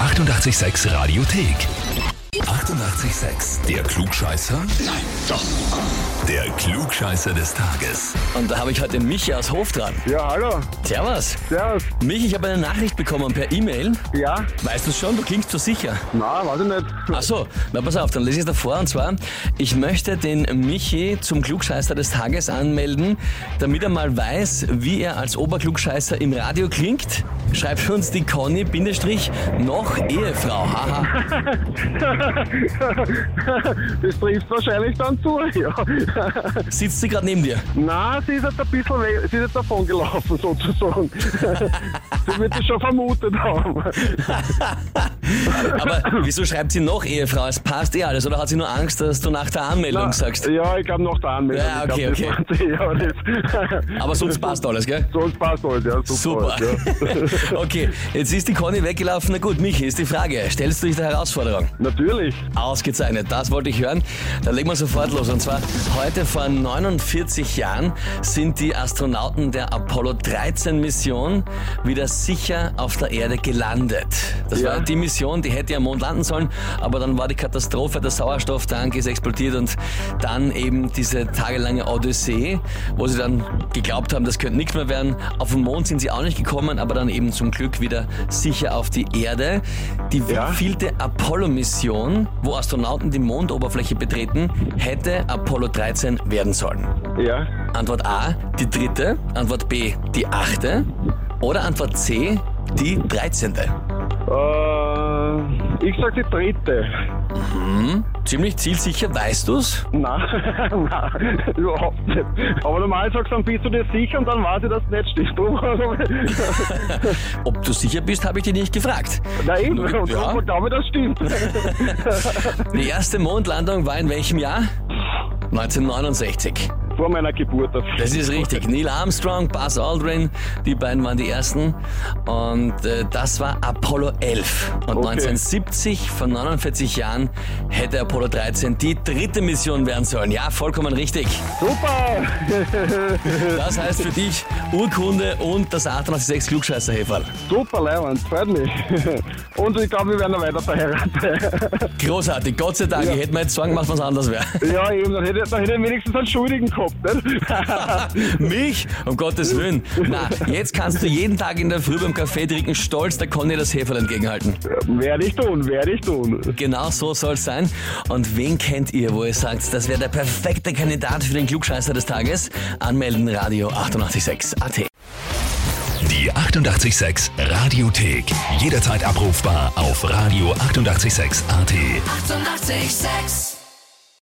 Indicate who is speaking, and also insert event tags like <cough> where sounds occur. Speaker 1: 886 Radiothek. 88,6. Der Klugscheißer? Nein, doch. Der Klugscheißer des Tages.
Speaker 2: Und da habe ich heute Michi aus Hof dran.
Speaker 3: Ja, hallo.
Speaker 2: Servus.
Speaker 3: Servus.
Speaker 2: Michi, ich habe eine Nachricht bekommen per E-Mail.
Speaker 3: Ja?
Speaker 2: Weißt du schon, du klingst so sicher.
Speaker 3: Na, weiß ich nicht. <laughs>
Speaker 2: Ach so, na pass auf, dann lese ich es davor. Und zwar, ich möchte den Michi zum Klugscheißer des Tages anmelden, damit er mal weiß, wie er als Oberklugscheißer im Radio klingt. Schreibt uns die Conny, Bindestrich, noch Ehefrau. Haha.
Speaker 3: Das trifft wahrscheinlich dann zu, ja. <laughs>
Speaker 2: Sitzt sie gerade neben dir?
Speaker 3: Na, sie ist jetzt ein bisschen weg, sie ist jetzt davon gelaufen, sozusagen. <laughs> Sie wird es schon vermutet haben.
Speaker 2: Aber wieso schreibt sie noch Ehefrau? Es passt eh alles. Oder hat sie nur Angst, dass du nach der Anmeldung sagst?
Speaker 3: Ja, ich glaube noch der Anmeldung.
Speaker 2: Ja,
Speaker 3: Ich
Speaker 2: okay, okay.
Speaker 3: glaub, das war sie, <laughs> ja, das.
Speaker 2: Aber sonst passt alles, gell?
Speaker 3: Sonst passt alles, ja.
Speaker 2: Super.
Speaker 3: Super.
Speaker 2: <laughs>
Speaker 3: Ja.
Speaker 2: okay, jetzt ist die Conny weggelaufen. Na gut, Michi, ist die Frage. Stellst du dich der Herausforderung?
Speaker 3: Natürlich.
Speaker 2: Ausgezeichnet, das wollte ich hören. Dann legen wir sofort los. Und zwar, heute vor 49 Jahren sind die Astronauten der Apollo 13 Mission wieder sicher auf der Erde gelandet. Das
Speaker 3: Ja.
Speaker 2: war die Mission, die hätte am Mond landen sollen, aber dann war die Katastrophe, der Sauerstofftank ist explodiert und dann eben diese tagelange Odyssee, wo sie dann geglaubt haben, das könnte nichts mehr werden. Auf den Mond sind sie auch nicht gekommen, aber dann eben zum Glück wieder sicher auf die Erde. Die
Speaker 3: Ja.
Speaker 2: wievielte Apollo-Mission, wo Astronauten die Mondoberfläche betreten, hätte Apollo 13 werden sollen?
Speaker 3: Ja.
Speaker 2: Antwort A, die dritte, Antwort B, die achte oder Antwort C, die 13.
Speaker 3: Äh, ich sag die dritte.
Speaker 2: Ziemlich zielsicher, weißt du's?
Speaker 3: <laughs> Nein, nein, überhaupt nicht. Aber normal sagst du, dann bist du dir sicher und dann weiß ich, dass es nicht stimmt. Drum- <laughs>
Speaker 2: Ob du sicher bist, habe ich dich nicht gefragt.
Speaker 3: Na eben,
Speaker 2: Nur-
Speaker 3: und
Speaker 2: ja.
Speaker 3: ja. damit das stimmt.
Speaker 2: Die erste Mondlandung war in welchem Jahr? 1969.
Speaker 3: Vor meiner Geburt.
Speaker 2: Das ist richtig. Neil Armstrong, Buzz Aldrin, die beiden waren die ersten. Und äh, das war Apollo 11. Und
Speaker 3: Okay.
Speaker 2: 1970, vor 49 Jahren, hätte Apollo 13 die dritte Mission werden sollen. Ja, vollkommen richtig.
Speaker 3: Super!
Speaker 2: Das heißt für dich Urkunde und das 886 Klugscheißerheferl.
Speaker 3: Super, Leihwand, freut mich. Und ich glaube, wir werden noch weiter verheiratet.
Speaker 2: Großartig, Gott sei Dank. Ich hätte mir jetzt Sorgen gemacht, was anders wäre. <laughs>
Speaker 3: Ja, eben, dann hätte, dann hätte ich wenigstens einen Schuldigen gehabt. Nicht? <laughs>
Speaker 2: Mich? Um Gottes Willen. Na, jetzt kannst du jeden Tag in der Früh beim Kaffee trinken, stolz der Conny das Heferl entgegenhalten.
Speaker 3: Werde ich tun, werde ich tun.
Speaker 2: Genau so soll's sein. Und wen kennt ihr, wo ihr sagt, das wäre der perfekte Kandidat für den Klugscheißer des Tages? Anmelden Radio 886 AT.
Speaker 1: Die 88,6 Radiothek. Jederzeit abrufbar auf radio886.at. 88,6.
Speaker 4: Eighty-eight, sex.